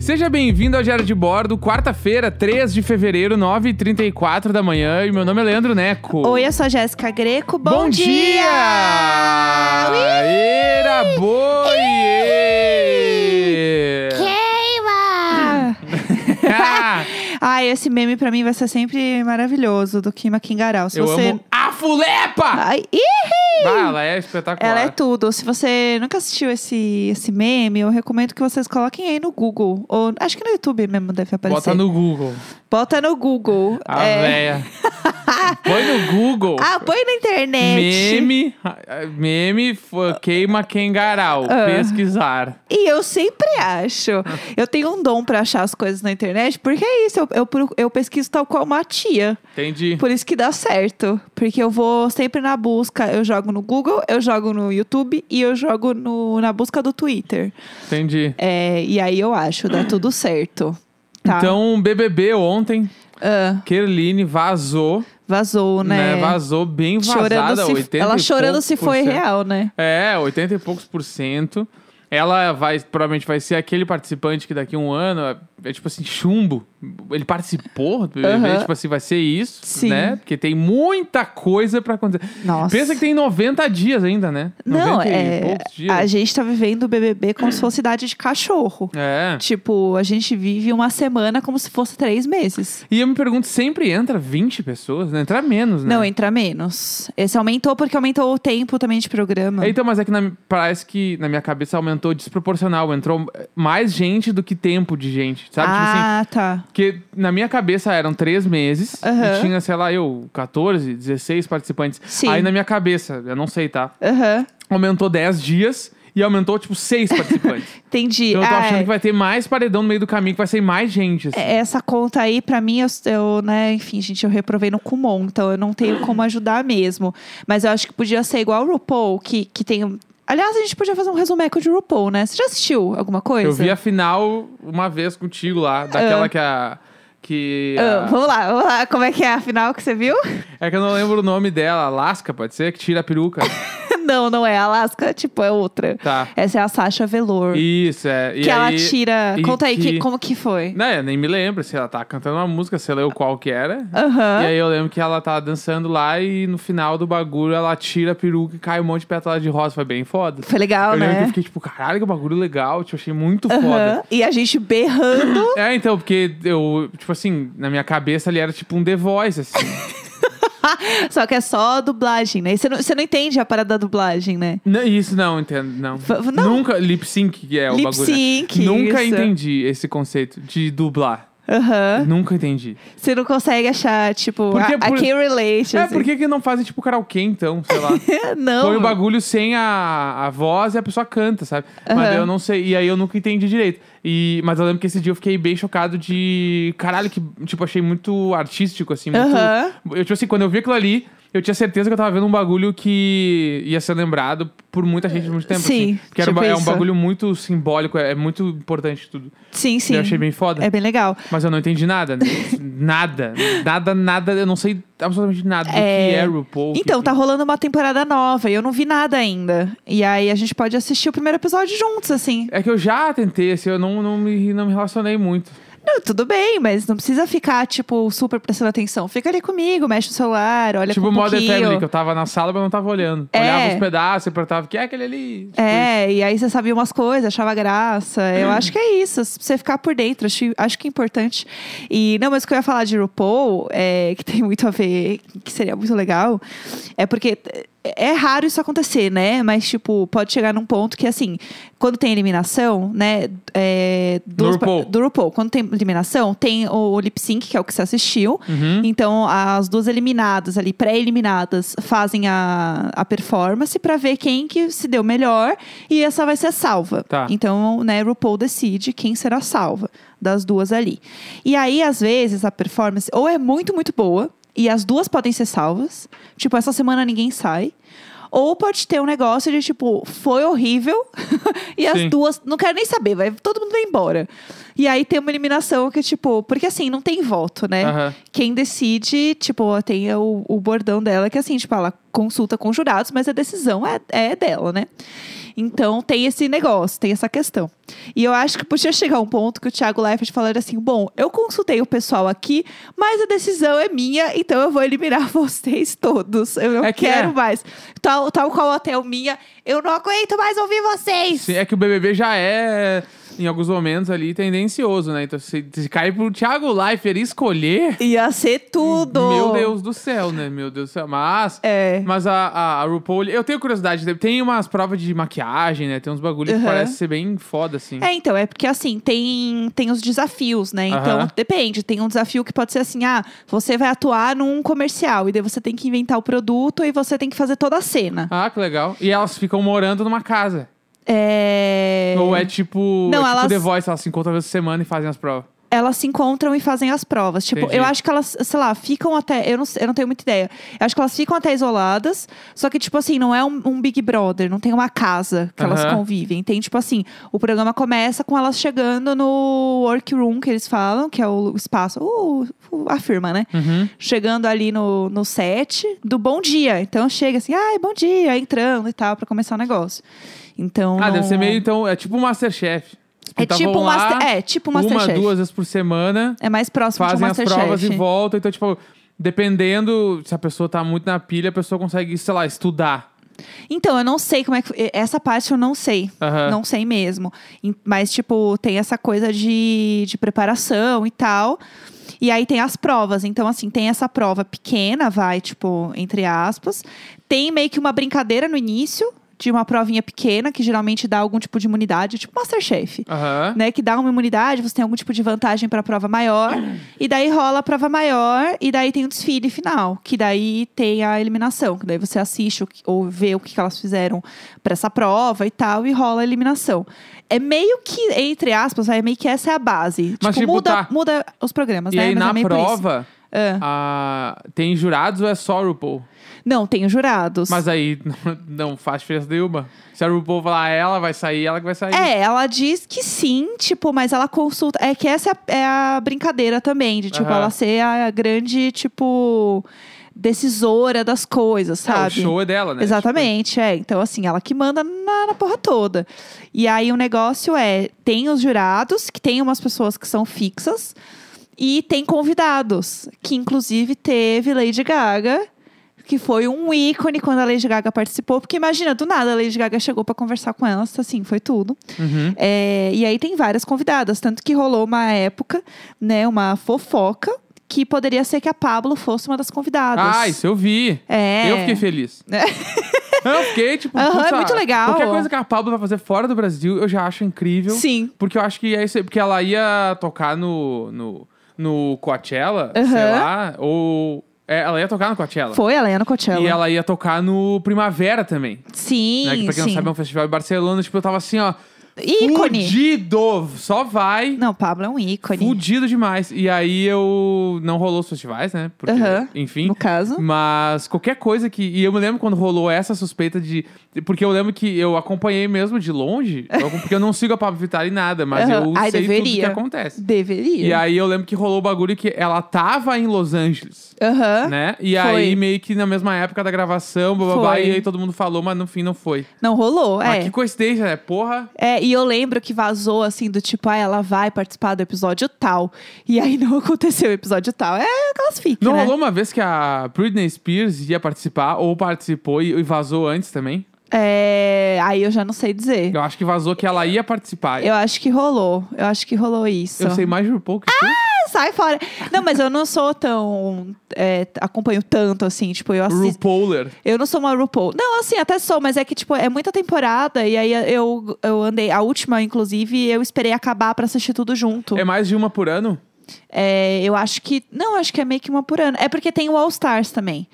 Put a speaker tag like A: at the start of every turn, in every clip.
A: Seja bem-vindo ao Diário de Bordo, quarta-feira, 3 de fevereiro, 9h34 da manhã. E meu nome é Leandro Neco.
B: Oi, eu sou a Jéssica Greco. Bom,
A: Bom dia! Era boi!
C: Queima!
B: Ah! Ai, esse meme pra mim vai ser sempre maravilhoso do Kima Kingarau. Se
A: Eu
B: você.
A: amo a fulepa!
B: Ai, ihi!
A: Ah, ela é espetacular.
B: Ela é tudo. Se você nunca assistiu esse, esse meme, eu recomendo que vocês coloquem aí no Google. Ou acho que no YouTube mesmo deve aparecer.
A: Bota no Ah, Google.
B: Bota no Google.
A: A
B: É.
A: véia. Põe no Google.
B: Ah, põe na internet.
A: Meme, ah, ah, meme fo- queima Kengarau.
B: Ah.
A: Pesquisar.
B: E eu sempre acho. Eu tenho um dom pra achar as coisas na internet, porque é isso. Eu, eu, pro- eu pesquiso tal qual uma tia.
A: Entendi.
B: Por isso que dá certo. Porque eu vou sempre na busca. Eu jogo no Google, eu jogo no YouTube e eu jogo no- na busca do Twitter.
A: Entendi.
B: É, e aí eu acho, dá tudo certo. Tá.
A: Então, BBB ontem,
B: Ah,
A: Kerline vazou,
B: vazou, né?
A: né? Vazou bem vazada,
B: chorando
A: 80
B: se,
A: e
B: ela
A: poucos
B: chorando se
A: por
B: foi
A: cento.
B: real, né?
A: É, 80 e poucos por cento. Ela vai, provavelmente vai ser aquele participante que daqui a um ano é, é tipo assim, chumbo. Ele participou do BBB,
B: Aham.
A: tipo assim, vai ser isso,
B: Sim.
A: né? Porque tem muita coisa pra acontecer.
B: Nossa.
A: Pensa que tem 90 dias ainda, né?
B: Não,
A: 90 e
B: é.
A: poucos dias.
B: A gente tá vivendo o BBB como se fosse idade de cachorro.
A: É.
B: Tipo, a gente vive uma semana como se fosse três meses.
A: E eu me pergunto, sempre entra 20 pessoas? Né? Entra menos, né?
B: Não, entra menos. Esse aumentou porque aumentou o tempo também de programa.
A: É, Então, mas é que na- parece que na minha cabeça aumentou desproporcional. Entrou mais gente do que tempo de gente, sabe? Tipo assim,
B: ah, tá.
A: Porque na minha cabeça eram três meses
B: Aham.
A: e tinha, sei lá, eu, 14, 16 participantes.
B: Sim.
A: Aí na minha cabeça, eu não sei, tá?
B: Aham.
A: Aumentou 10 dias e aumentou, tipo, seis participantes.
B: Entendi.
A: então eu tô
B: Ah,
A: achando
B: é.
A: que vai ter mais paredão no meio do caminho, que vai ser mais gente. assim.
B: É, Essa conta aí, pra mim, eu, eu, né, enfim, gente, eu reprovei no Kumon, então eu não tenho como ajudar mesmo. Mas eu acho que podia ser igual o RuPaul, que, que tem. Aliás, a gente podia fazer um resumeco de RuPaul, né? Você já assistiu alguma coisa?
A: Eu vi a final uma vez contigo lá, daquela que a. Que
B: Ah,
A: a-
B: vamos lá, vamos lá. Como é que é a final que você viu?
A: É que eu não lembro o nome dela, Alaska, pode ser? Que tira a peruca.
B: não, não é a Alaska, tipo, é outra.
A: Tá.
B: Essa é a Sasha Velour.
A: Isso, é. E
B: que ela
A: aí-
B: tira.
A: e
B: Conta aí que-
A: que-
B: como que foi.
A: Né, nem me lembro se ela tá cantando uma música, se ela leu qual que era.
B: Aham.
A: E aí eu lembro que ela tá dançando lá e no final do bagulho ela tira a peruca e cai um monte de pétala de rosa. Foi bem foda.
B: Foi legal,
A: eu lembro que eu
B: né?
A: fiquei tipo, caralho, que bagulho legal. Tipo, achei muito
B: Aham.
A: foda.
B: E a gente berrando.
A: É, então, porque eu, tipo assim, na minha cabeça ele era tipo um The Voice, assim.
B: Só que é só a dublagem, né? E você não, você não entende a parada da dublagem, né?
A: Não, isso não, entendo, não.
B: V- não.
A: Nunca, lip sync que é o
B: Lip
A: bagulho.
B: sync,
A: Nunca
B: isso. Ah.
A: entendi esse conceito de dublar.
B: Aham.
A: Nunca entendi.
B: Você não consegue achar, tipo,
A: Porque
B: a,
A: por-
B: a quem relate.
A: É,
B: assim.
A: por que que não fazem tipo karaokê então, sei lá.
B: não.
A: Põe o bagulho sem a, a voz e a pessoa canta, sabe? Mas
B: Aham.
A: daí eu não sei. E aí eu nunca entendi direito. E, mas eu lembro que esse dia eu fiquei bem chocado de. Caralho, que tipo, achei muito artístico, assim. Muito...
B: Aham.
A: Eu, tipo assim, quando eu vi aquilo ali, eu tinha certeza que eu tava vendo um bagulho que ia ser lembrado por muita gente há muito tempo.
B: Sim,
A: assim. Porque era
B: tipo
A: ba- é um
B: isso.
A: bagulho muito simbólico, é, é muito importante tudo.
B: Sim, sim.
A: Eu achei bem foda.
B: É bem legal.
A: Mas eu não entendi nada, né? nada. Nada, nada. Eu não sei absolutamente nada do
B: É.
A: que é RuPaul. o que
B: Então,
A: que-
B: tá rolando uma temporada nova e eu não vi nada ainda. E aí a gente pode assistir o primeiro episódio juntos, assim.
A: É que eu já tentei, assim, eu não, não, me, não me relacionei muito.
B: Não, tudo bem, mas não precisa ficar, tipo, super prestando atenção. Fica ali comigo, mexe no celular, olha
A: tipo
B: com um
A: Modern
B: pouquinho.
A: Family, que eu tava na sala, mas não tava olhando.
B: É.
A: Olhava os pedaços e perguntava, que é aquele ali? Tipo,
B: É, e aí você sabia umas coisas, achava graça. Eu acho que é isso, você ficar por dentro, acho, acho que é importante. E não, mas o que eu ia falar de RuPaul, é, que tem muito a ver, que seria muito legal, é porque t- é raro isso acontecer, né? Mas, tipo, pode chegar num ponto que, assim, quando tem eliminação, né? é, duas
A: Do RuPaul.
B: pa- do RuPaul. Quando tem eliminação, tem o lip sync, que é o que você assistiu.
A: Uhum.
B: Então, as duas eliminadas ali, pré-eliminadas, fazem a, a performance pra ver quem que se deu melhor e essa vai ser salva.
A: Tá.
B: Então, né, RuPaul decide quem será salva das duas ali. E aí, às vezes, a performance ou é muito, muito boa e as duas podem ser salvas. Tipo, essa semana ninguém sai. Ou pode ter um negócio de tipo, foi horrível e as
A: Sim.
B: duas, não quero nem saber, vai, todo mundo vai embora. E aí tem uma eliminação que tipo, porque assim, não tem voto, né?
A: Aham.
B: Quem decide, tipo, tem o, o bordão é dela, que assim, tipo, ela consulta com os jurados, mas a decisão é, é dela, né? Então tem esse negócio, tem essa questão. E eu acho que podia chegar um ponto que o Thiago Leifert falaria assim: bom, eu consultei o pessoal aqui, mas a decisão é minha, então eu vou eliminar vocês todos. Eu não
A: É que
B: quero
A: é.
B: mais. Tal, tal qual a Thelminha, eu não aguento mais ouvir vocês.
A: Sim, é que o BBB já é, em alguns momentos ali, tendencioso, né? Então, se, se cair pro Thiago Leifert escolher,
B: Ia ser tudo.
A: meu Deus do céu, né? Meu Deus do céu. Mas,
B: É.
A: mas a, a, a RuPaul, eu tenho curiosidade, né? tem umas provas de maquiagem, né? Tem uns bagulhos
B: Uhum.
A: que parece ser bem foda, assim.
B: É, então, é porque assim, tem, tem os desafios, né? Então,
A: Aham.
B: depende. Tem um desafio que pode ser assim: ah, você vai atuar num comercial, e daí você tem que inventar o produto e você tem que fazer toda a cena.
A: Ah, que legal. E elas ficam morando numa casa.
B: É...
A: Ou é tipo,
B: Não,
A: é tipo
B: elas-
A: The Voice, elas se encontram uma vez por semana e fazem as provas.
B: Elas se encontram e fazem as provas. Tipo,
A: Entendi.
B: eu acho que elas, sei lá, ficam até. Eu não, sei- eu não tenho muita ideia. Eu acho que elas ficam até isoladas, só que, tipo assim, não é um, um Big Brother, não tem uma casa que elas
A: Aham.
B: convivem. Tem, tipo assim, o programa começa com elas chegando no workroom que eles falam, que é o espaço. Uh, a firma, né?
A: Uhum.
B: chegando ali no, no set do bom dia. Então chega assim, ai, bom dia, entrando e tal, pra começar o negócio. Então.
A: Ah,
B: não-
A: deve ser meio, então, é tipo um Masterchef.
B: É
A: Então,
B: tipo,
A: vão
B: um
A: lá,
B: master, é tipo um
A: Uma,
B: Masterchef.
A: duas vezes por semana.
B: É mais próximo de um
A: fazem as
B: Masterchef.
A: provas e voltam. Então, tipo, dependendo se a pessoa tá muito na pilha, a pessoa consegue, sei lá, estudar.
B: Então, eu não sei como é que. Essa parte eu não sei.
A: Aham.
B: Não sei mesmo. Em- Mas, tipo, tem essa coisa de, de preparação e tal. E aí tem as provas. Então, assim, tem essa prova pequena, vai, tipo, entre aspas. Tem meio que uma brincadeira no início de uma provinha pequena, que geralmente dá algum tipo de imunidade, tipo Masterchef.
A: Aham.
B: Né, que dá uma imunidade, você tem algum tipo de vantagem para a prova maior, e daí rola a prova maior, e daí tem o desfile final, que daí tem a eliminação, que daí você assiste o que- ou vê o que que elas fizeram para essa prova e tal, e rola a eliminação. É meio que, entre aspas, vai, é meio que essa é a base.
A: Mas, tipo,
B: muda,
A: tá.
B: muda os programas,
A: E
B: né?
A: aí,
B: Mas é
A: na
B: meio por isso.
A: prova,
B: Ah.
A: a- tem jurados ou é só a RuPaul?
B: Não, tem os jurados.
A: Mas aí não faz diferença nenhuma. Se a RuPaul falar "Ah, ela, vai sair, ela que vai sair.
B: É, ela diz que sim, tipo, mas ela consulta. É que essa é a, é a brincadeira também, de tipo,
A: Aham.
B: ela ser a grande, tipo, decisora das coisas,
A: É, o
B: sabe?
A: show é dela, né?
B: Exatamente, é. Então, assim, ela que manda na, na porra toda. E aí o negócio é: tem os jurados, que tem umas pessoas que são fixas, e tem convidados, que inclusive teve Lady Gaga. Que foi um ícone quando a Lady Gaga participou. Porque imagina, do nada a Lady Gaga chegou pra conversar com ela. Assim, foi tudo.
A: Tipo, uhum.
B: É, e aí tem várias convidadas, tanto que rolou uma época, né, uma fofoca que poderia ser que a Pablo fosse uma das convidadas.
A: Ah, isso eu vi.
B: É.
A: Eu fiquei feliz. eu fiquei, tipo,
B: Aham,
A: puta,
B: é muito legal.
A: Qualquer coisa que a Pablo vai fazer fora do Brasil, eu já acho incrível.
B: Sim.
A: Porque eu acho que é isso aí, porque ela ia tocar no, no, no Coachella,
B: Aham.
A: sei lá, ou... é, ela ia tocar no Coachella.
B: Foi a Lena Coachella.
A: E ela ia tocar no Primavera também.
B: Sim,
A: né? Que pra quem
B: sim.
A: não sabe, é um festival em Barcelona. Tipo, eu tava assim, ó...
B: Ícone.
A: Fudido! Só vai.
B: Não, Pablo é um ícone.
A: Fudido demais. E aí eu... Não rolou os festivais, né? Porque,
B: Aham.
A: enfim...
B: No caso.
A: Mas qualquer coisa que. E eu me lembro quando rolou essa suspeita de. Porque eu lembro que eu acompanhei mesmo de longe, eu- porque eu não sigo a Pablo Vittar em nada, mas
B: Aham.
A: eu
B: Ai,
A: sei tudo que
B: deveria.
A: acontece.
B: Deveria.
A: E aí eu lembro que rolou o bagulho que ela tava em Los Angeles,
B: Aham.
A: né? E
B: Foi.
A: aí meio que na mesma época da gravação, blá, blá,
B: Foi.
A: blá, e aí todo mundo falou, mas no fim não foi.
B: Não rolou,
A: Mas
B: é.
A: que coincidência, né? Porra.
B: É, e eu lembro que vazou assim do tipo, ah, ela vai participar do episódio tal. E aí não aconteceu o episódio tal. É classifique,
A: Não
B: né?
A: rolou uma vez que a Britney Spears ia participar, ou participou e e vazou antes também?
B: É, aí eu já não sei dizer.
A: Eu acho que vazou que ela ia participar.
B: Eu acho que rolou. Eu acho que rolou isso. Ah,
A: Eu sei mais de um pouco que tu.
B: Sai fora. Não, mas eu não sou tão. é, acompanho tanto, assim. Tipo, eu assisto.
A: RuPauler.
B: Eu não sou uma RuPaul. Não, assim, até sou, mas é que, tipo, é muita temporada. E aí eu, eu andei. A última, inclusive, eu esperei acabar pra assistir tudo junto.
A: É mais de uma por ano?
B: É, eu acho que. Não, acho que é meio que uma por ano. É porque tem o All Stars também.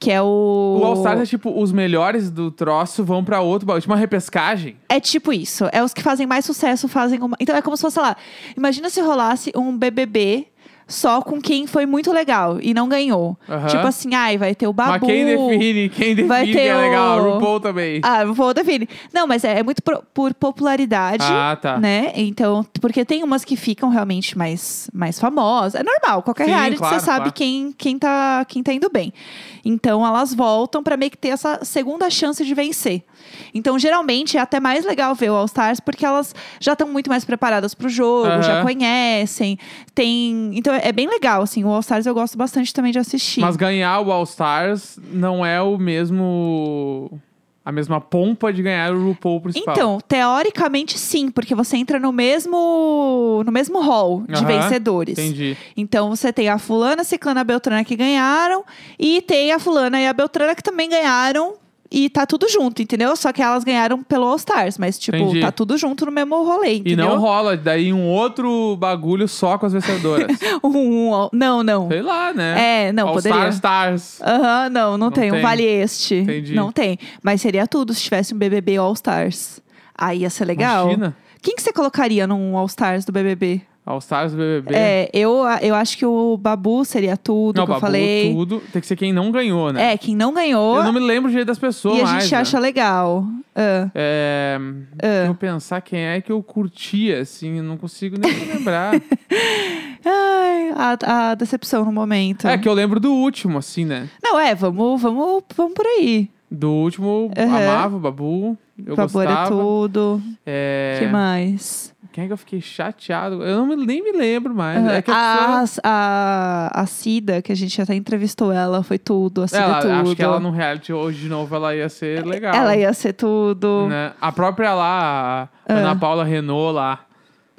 B: Que é o.
A: O All Stars é tipo, os melhores do troço vão pra outro baú. Tipo uma repescagem.
B: É tipo isso. É os que fazem mais sucesso fazem uma. Então é como se fosse, sei lá. Imagina se rolasse um BBB. só com quem foi muito legal e não ganhou.
A: Aham.
B: Tipo assim, ai, vai ter o Babu.
A: Mas quem define, quem define
B: vai
A: que
B: ter
A: é legal?
B: o-
A: RuPaul também.
B: Ah, vou define. Não, mas é, é muito pro- por popularidade.
A: Ah, tá.
B: Né? Então, porque tem umas que ficam realmente mais, mais famosas. É normal, qualquer
A: Sim,
B: reality
A: claro,
B: você sabe
A: claro.
B: quem, quem, tá, quem tá indo bem. Então, elas voltam pra meio que ter essa segunda chance de vencer. Então, geralmente, é até mais legal ver o All Stars, porque elas já estão muito mais preparadas pro jogo,
A: Aham.
B: já conhecem. Tem... Então, é bem legal, assim. O All Stars eu gosto bastante também de assistir.
A: Mas ganhar o All Stars não é o mesmo. A mesma pompa de ganhar o RuPaul principal.
B: Então, teoricamente sim, porque você entra no mesmo no mesmo hall de
A: Aham,
B: vencedores.
A: Entendi.
B: Então você tem a fulana, a ciclana, a beltrana que ganharam e tem a fulana e a beltrana que também ganharam e tá tudo junto, entendeu? Só que elas ganharam pelo All Stars, mas tipo,
A: Entendi.
B: tá tudo junto no mesmo rolê,
A: E
B: entendeu?
A: não rola daí um outro bagulho só com as vencedoras.
B: Um- um- não, não.
A: Sei lá, né?
B: É, não,
A: All
B: poderia.
A: Star Stars.
B: Aham, não, não, tem.
A: tem.
B: Um vale este.
A: Entendi.
B: Não tem. Mas seria tudo se tivesse um BBB All Stars. Aí ia ser legal.
A: Imagina.
B: Quem que você colocaria num All Stars do BBB?
A: All Stars BBB.
B: É, eu, eu acho que o Babu seria tudo
A: não,
B: que
A: Babu,
B: eu falei.
A: tudo. Tem que ser quem não ganhou, né?
B: É, quem não ganhou.
A: Eu não me lembro o jeito das pessoas
B: e a
A: mais,
B: gente
A: né?
B: acha legal. Ah,
A: É, Eu pensar quem é que eu curtia, assim, eu não consigo nem me lembrar.
B: Então. ai, a, a decepção no momento.
A: É que eu lembro do último, assim, né?
B: Não, é, vamos, vamos, vamos por aí.
A: Do último, eu
B: Aham.
A: amava o Babu, eu
B: Favor é
A: gostava.
B: tudo.
A: É,
B: que mais?
A: Quem é que eu fiquei chateado? Eu não me, nem me lembro mais.
B: Aham. Ah,
A: É que eu
B: a, a, a Cida, que a gente até entrevistou ela, foi tudo. A
A: sou-
B: Cida
A: ela,
B: tudo.
A: Acho que ela no reality hoje de novo ela ia ser legal.
B: Ela ia ser Ah. tudo.
A: né? A própria lá, a Ana Paula Renault lá.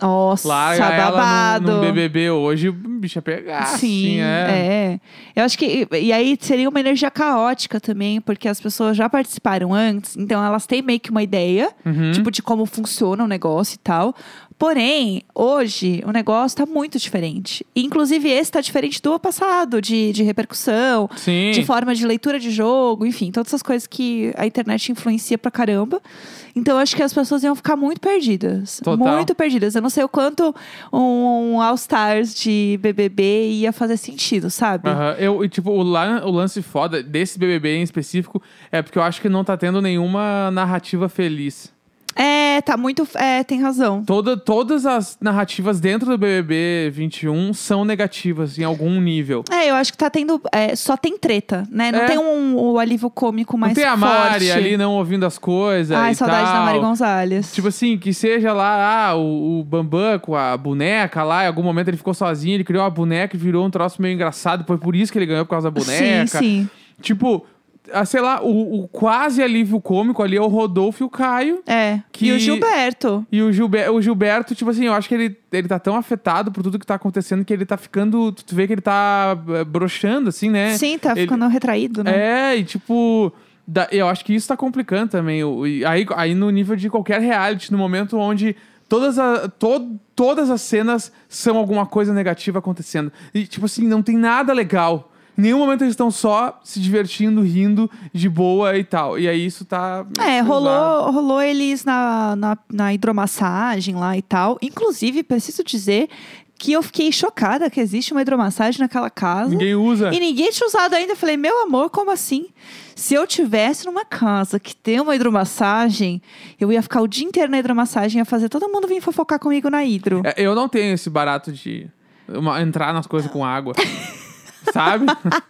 B: Nossa,
A: Larga ela
B: babado.
A: num, num BBB hoje, o bicho ia pegar. assim, é.
B: é. Eu acho que. E aí seria uma energia caótica também, porque as pessoas já participaram antes, então elas têm meio que uma ideia,
A: Uhum.
B: tipo, de como funciona o negócio e tal. Porém, hoje o negócio tá muito diferente. Inclusive, esse tá diferente do passado, de, de repercussão,
A: Sim.
B: de forma de leitura de jogo, enfim, todas essas coisas que a internet influencia pra caramba. Então, eu acho que as pessoas iam ficar muito perdidas.
A: Total.
B: Muito perdidas. Eu não sei o quanto um, All Stars de BBB ia fazer sentido, sabe?
A: Aham. Eu, e, tipo, o, lan- o lance foda desse BBB em específico é porque eu acho que não tá tendo nenhuma narrativa feliz.
B: É, tá muito. É, tem razão.
A: Toda, todas as narrativas dentro do BBB 21 são negativas em algum nível.
B: É, eu acho que tá tendo. é, só tem treta, né? Não
A: É.
B: tem um, o alívio cômico mais
A: não tem a Mari
B: forte.
A: ali não ouvindo as coisas.
B: Ai,
A: e
B: saudade
A: tal.
B: da Mari Gonzalez.
A: Tipo assim, que seja lá ah, o, o Bambam com a boneca lá, em algum momento ele ficou sozinho, ele criou uma boneca e virou um troço meio engraçado, foi por isso que ele ganhou por causa da boneca.
B: Sim, sim.
A: Tipo, ah, sei lá, o, o quase alívio cômico ali é o Rodolfo e o Caio.
B: É.
A: Que-
B: E o Gilberto.
A: E o Gilberto, o Gilberto, tipo assim, eu acho que ele, ele tá tão afetado por tudo que tá acontecendo que ele tá ficando. Tu vê que ele tá eh, broxando, assim, né?
B: sim, tá
A: ele-
B: ficando retraído, né?
A: É, e tipo. da- eu acho que isso tá complicando também. o- e aí, aí no nível de qualquer reality, no momento onde todas, a- to- todas as cenas são alguma coisa negativa acontecendo. E tipo assim, não tem nada legal. Em nenhum momento eles estão só se divertindo, rindo, de boa e tal. E aí isso tá. meio
B: É,
A: pesado.
B: rolou, rolou eles na, na, na hidromassagem lá e tal. Inclusive, preciso dizer que eu fiquei chocada que existe uma hidromassagem naquela casa.
A: Ninguém usa.
B: E ninguém tinha usado ainda. Eu falei, meu amor, como assim? Se eu tivesse numa casa que tem uma hidromassagem, eu ia ficar o dia inteiro na hidromassagem, ia fazer todo mundo vir fofocar comigo na hidro.
A: É, Eu não tenho esse barato de uma- entrar nas coisas com água. Sabe?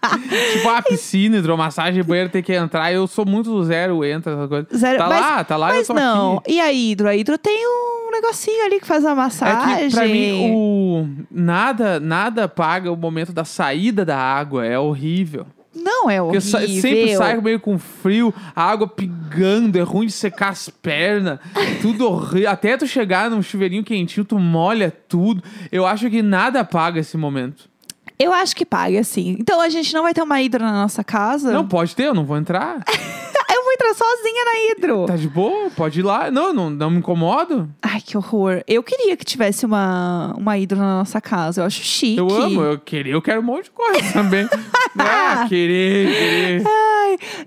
A: tipo, a piscina, hidromassagem, banheiro tem que entrar. Eu sou muito do zero, entra, essas coisas.
B: Zero-
A: tá
B: mas-
A: lá, tá lá, eu
B: Mas
A: tô
B: não.
A: aqui.
B: E a hidro? A hidro tem um negocinho ali que faz a massagem.
A: É que pra mim o nada, nada paga o momento da saída da água, é horrível.
B: Não é
A: Porque
B: horrível.
A: sa- sempre sai meio com frio, a água pingando, é ruim de secar as pernas, tudo horrível. Até tu chegar num chuveirinho quentinho, tu molha tudo. Eu acho que nada paga esse momento.
B: Eu acho que paga, sim. Então a gente não vai ter uma hidro na nossa casa?
A: Não, pode ter, eu não vou entrar.
B: É. Eu vou entrar sozinha na hidro.
A: Tá de boa, pode ir lá. Não, não, não me incomodo.
B: Ai, que horror. Eu queria que tivesse uma, uma hidro na nossa casa. Eu acho chique.
A: Eu amo, eu querer, eu quero um monte de coisa também. ah, querer, querer.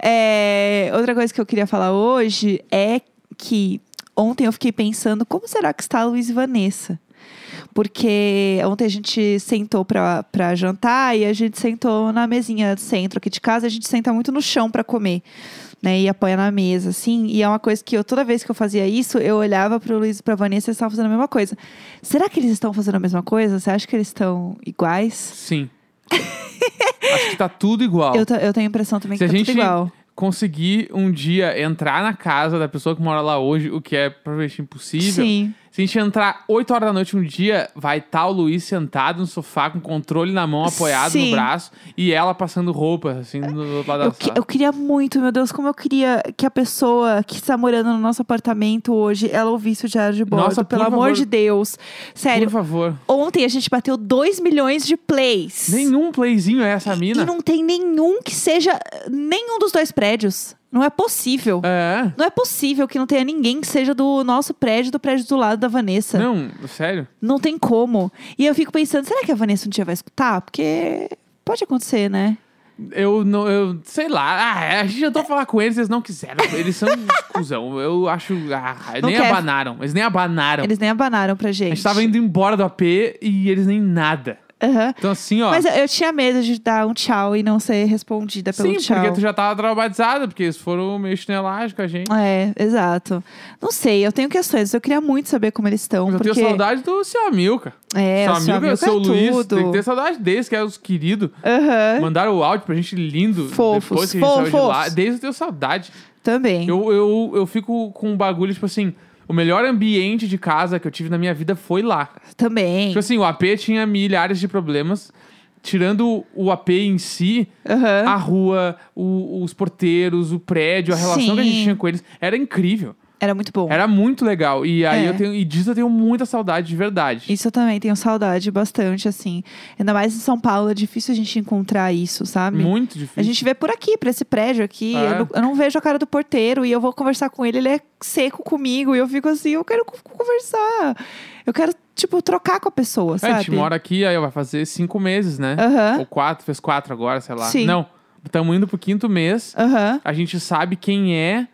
B: É, outra coisa que eu queria falar hoje é que ontem eu fiquei pensando como será que está a Luiz e Vanessa? Porque ontem a gente sentou pra, pra jantar e a gente sentou na mesinha do centro aqui de casa. A gente senta muito no chão pra comer, né? E apoia na mesa, assim. E é uma coisa que eu, toda vez que eu fazia isso, eu olhava pro Luiz e pra Vanessa e eles estavam fazendo a mesma coisa. Será que eles estão fazendo a mesma coisa? Você acha que eles estão iguais?
A: Sim. Acho que tá tudo igual.
B: Eu, te- eu tenho a impressão também
A: Se
B: que
A: a
B: tá
A: gente
B: tudo igual.
A: conseguir um dia entrar na casa da pessoa que mora lá hoje, o que é provavelmente impossível.
B: Sim.
A: Se a gente entrar 8 horas da noite um dia, vai estar o Luiz sentado no sofá com o controle na mão, apoiado no
B: Sim.
A: braço, e ela passando roupas, assim, do outro lado da
B: Eu, que-
A: sala.
B: eu queria muito, meu Deus, como eu queria que a pessoa que está morando no nosso apartamento hoje, ela ouvisse o Diário de Bordo.
A: Nossa, por
B: pelo amor
A: favor.
B: de Deus. Sério,
A: Por favor.
B: ontem a gente bateu 2 milhões de plays.
A: Nenhum playzinho é essa mina.
B: E não tem nenhum que seja nenhum dos dois prédios. Não é possível.
A: É.
B: Não é possível que não tenha ninguém que seja do nosso prédio, do prédio do lado da Vanessa.
A: Não, sério.
B: Não tem como. E eu fico pensando, será que a Vanessa um dia vai escutar? Porque pode acontecer, né?
A: Eu não, eu sei lá. Ah, a gente
B: É.
A: tentou falar com eles, eles não quiseram. Eles são uns cuzão. Eu acho. Ah,
B: Não
A: nem
B: quer.
A: abanaram. Eles nem abanaram.
B: Eles nem abanaram pra gente.
A: Então. A gente tava indo embora do AP e eles nem nada.
B: Aham.
A: Então, assim, ó.
B: Mas eu, eu tinha medo de dar um tchau e não ser respondida pelo
A: sim,
B: tchau.
A: porque tu já tava traumatizada, porque eles foram meio chinelagem com a gente.
B: É, exato. Não sei, eu tenho questões. Eu queria muito saber como eles estão.
A: Mas eu
B: porque...
A: tenho saudade do seu Amilca.
B: É, o seu
A: Amilca,
B: amigo
A: seu
B: é
A: Luiz.
B: tudo.
A: Tem que ter saudade deles, que é os queridos.
B: Aham,
A: Mandaram o áudio pra gente lindo.
B: Fofos,
A: depois que a gente saiu de lá.
B: fofos.
A: Desde eu tenho saudade.
B: também.
A: Eu, eu, eu fico com um bagulho, tipo assim, o melhor ambiente de casa que eu tive na minha vida foi lá.
B: Também.
A: Tipo assim, o AP tinha milhares de problemas. Tirando o AP em si,
B: Aham.
A: assim, a rua, o- os porteiros, o prédio, a relação que a gente
B: Sim.
A: tinha com eles, era incrível.
B: Era muito bom.
A: Era muito legal. E aí
B: É.
A: eu tenho. E disso eu tenho muita saudade de verdade.
B: Isso eu também tenho saudade bastante, assim. Ainda mais em São Paulo, é difícil a gente encontrar isso, sabe?
A: Muito
B: A
A: difícil.
B: gente vê por aqui, pra esse prédio aqui.
A: É.
B: Eu, não, eu não vejo a cara do porteiro e eu vou conversar com ele, ele é seco comigo. E eu fico assim, eu quero co- conversar. Eu quero, tipo, trocar com a pessoa,
A: É,
B: sabe?
A: a gente mora aqui, aí vai fazer cinco meses, né?
B: Aham.
A: Ou quatro, fez quatro agora, sei lá.
B: Sim.
A: Não. Estamos indo pro quinto mês.
B: Aham.
A: A gente sabe quem é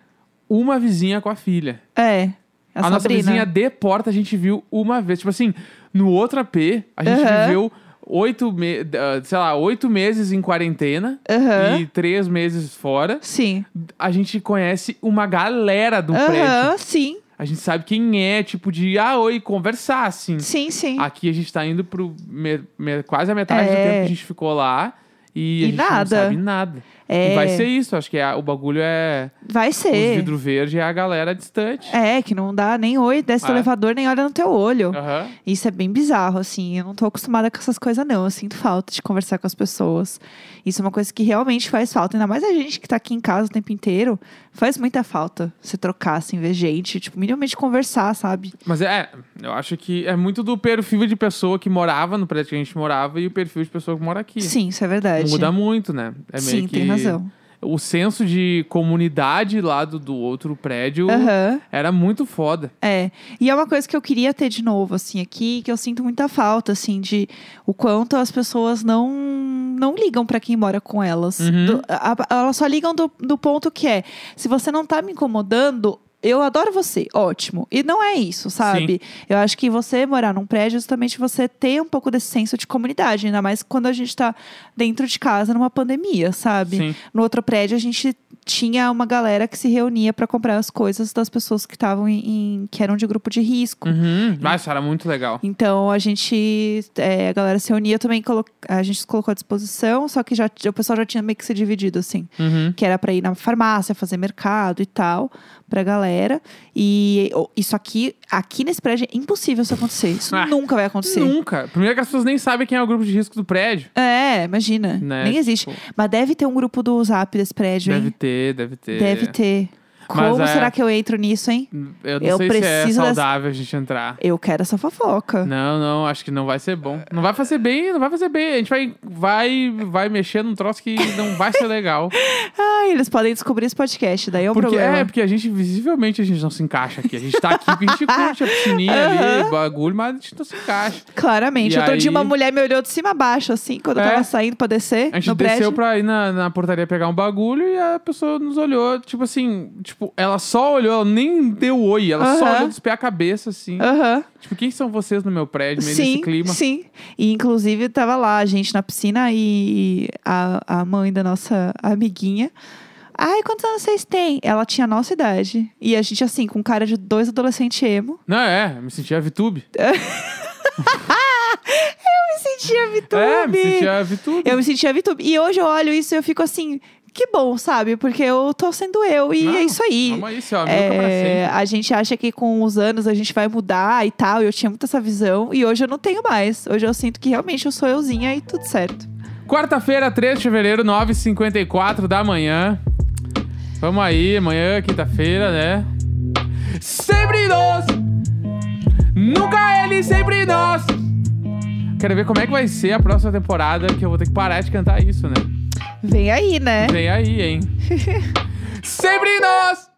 A: uma vizinha com a filha.
B: É. A,
A: A, nossa
B: Sabrina.
A: vizinha de porta a gente viu uma vez. Tipo assim, no outro AP, a gente
B: Aham.
A: viveu oito, me- ah, sei lá, oito meses em quarentena
B: Aham.
A: e três meses fora.
B: Sim.
A: A gente conhece uma galera do prédio.
B: Aham, sim.
A: A gente sabe quem é, tipo de, ah, oi, conversar, assim.
B: Sim, sim.
A: Aqui a gente tá indo pro me- me- quase a metade do
B: É.
A: tempo que a gente ficou lá. E,
B: E
A: a gente não
B: nada.
A: sabe nada.
B: É.
A: E vai ser isso, acho que é- o bagulho é...
B: Vai
A: Os
B: ser.
A: vidro verde é a galera distante.
B: É, que não dá nem oi, desce do
A: É.
B: elevador, nem olha no teu olho.
A: Aham.
B: Isso é bem bizarro, assim. Eu não tô acostumada com essas coisas, não. Eu sinto falta de conversar com as pessoas. Isso é uma coisa que realmente faz falta. Ainda mais a gente que tá aqui em casa o tempo inteiro. Faz muita falta se trocar, assim, ver gente. Tipo, minimamente conversar, sabe?
A: Mas é, eu acho que é muito do perfil de pessoa que morava no prédio que a gente morava e o perfil de pessoa que mora aqui.
B: Sim, isso é verdade.
A: Muda muito, né? É meio
B: Sim,
A: que
B: tem razão.
A: O senso de comunidade lá do, do outro prédio
B: Aham.
A: era muito foda.
B: É, e é uma coisa que eu queria ter de novo, assim, aqui, que eu sinto muita falta, assim, de o quanto as pessoas não, não ligam pra quem mora com elas.
A: Uhum.
B: Do- a- a- elas só ligam do, do ponto que é, se você não tá me incomodando, eu adoro você, ótimo. E não é isso, sabe? Eu acho que você morar num prédio, é justamente você ter um pouco desse senso de comunidade, ainda mais quando a gente tá dentro de casa numa pandemia, sabe?
A: Sim.
B: No outro prédio, a gente tinha uma galera que se reunia pra comprar as coisas das pessoas que estavam em, em- que eram de grupo de risco.
A: Uhum. Mas isso era muito legal.
B: Então a gente, é, a galera se reunia também, colo- a gente se colocou à disposição, só que já, t- o pessoal já tinha meio que se dividido assim,
A: Uhum.
B: que era pra ir na farmácia, fazer mercado e tal, pra galera. E o- isso aqui, aqui nesse prédio é impossível isso acontecer. Isso
A: Ah,
B: nunca vai acontecer.
A: Nunca. Primeiro que as pessoas nem sabem quem é o grupo de risco do prédio.
B: É, imagina.
A: Né?
B: Nem existe.
A: Tipo,
B: Mas deve ter um grupo do Zap desse prédio,
A: Deve
B: hein?
A: ter, deve ter.
B: Deve ter.
A: Mas
B: Como
A: é-
B: será que eu entro nisso, hein?
A: Eu não
B: Eu
A: sei se é
B: preciso dessa-
A: saudável a gente entrar.
B: Eu quero essa fofoca.
A: Não, não, acho que não vai ser bom. Não vai fazer bem, não vai fazer bem. A gente vai, vai, vai mexer num troço que não vai ser legal.
B: Ai, Ah, eles podem descobrir esse podcast, daí é o
A: porque
B: É problema.
A: é, porque a gente, visivelmente, a gente não se encaixa aqui. A gente tá aqui porque a gente curte a piscininha ali, o bagulho, mas a gente não se encaixa.
B: Claramente.
A: E
B: Outro dia
A: aí-
B: uma mulher me olhou de cima a baixo, assim, quando eu
A: É.
B: tava saindo pra descer
A: A gente
B: no
A: desceu
B: prédio.
A: pra ir na, na portaria pegar um bagulho e a pessoa nos olhou, tipo assim, tipo, tipo, ela só olhou, ela nem deu oi, ela só
B: Aham.
A: olhou dos pés à cabeça, assim.
B: Aham.
A: Tipo, quem são vocês no meu prédio, meio
B: Sim,
A: nesse clima?
B: sim. E inclusive tava lá a gente na piscina e a, a mãe da nossa amiguinha. Ai, quantos anos vocês têm? Ela tinha a nossa idade. E a gente, assim, com cara de dois adolescentes emo.
A: Não, é, me sentia VTube.
B: Eu me sentia VTube.
A: É, me sentia VTube.
B: Eu me sentia VTube. E hoje eu olho isso e eu fico assim, que bom, sabe? Porque eu tô sendo eu e
A: Não,
B: é isso aí.
A: Vamos aí, seu amigo
B: É,
A: pra sempre.
B: a gente acha que com os anos a gente vai mudar e tal. e Eu tinha muito essa visão. E hoje eu não tenho mais. Hoje eu sinto que realmente eu sou euzinha e tudo certo.
A: Quarta-feira, 3 de fevereiro, 9h54 da manhã. Vamos aí, amanhã, quinta-feira, né? Sempre nós! Nunca ele, sempre nós! Quero ver como é que vai ser a próxima temporada, que eu vou ter que parar de cantar isso, né?
B: Vem aí, né?
A: Vem aí, hein? sempre nós!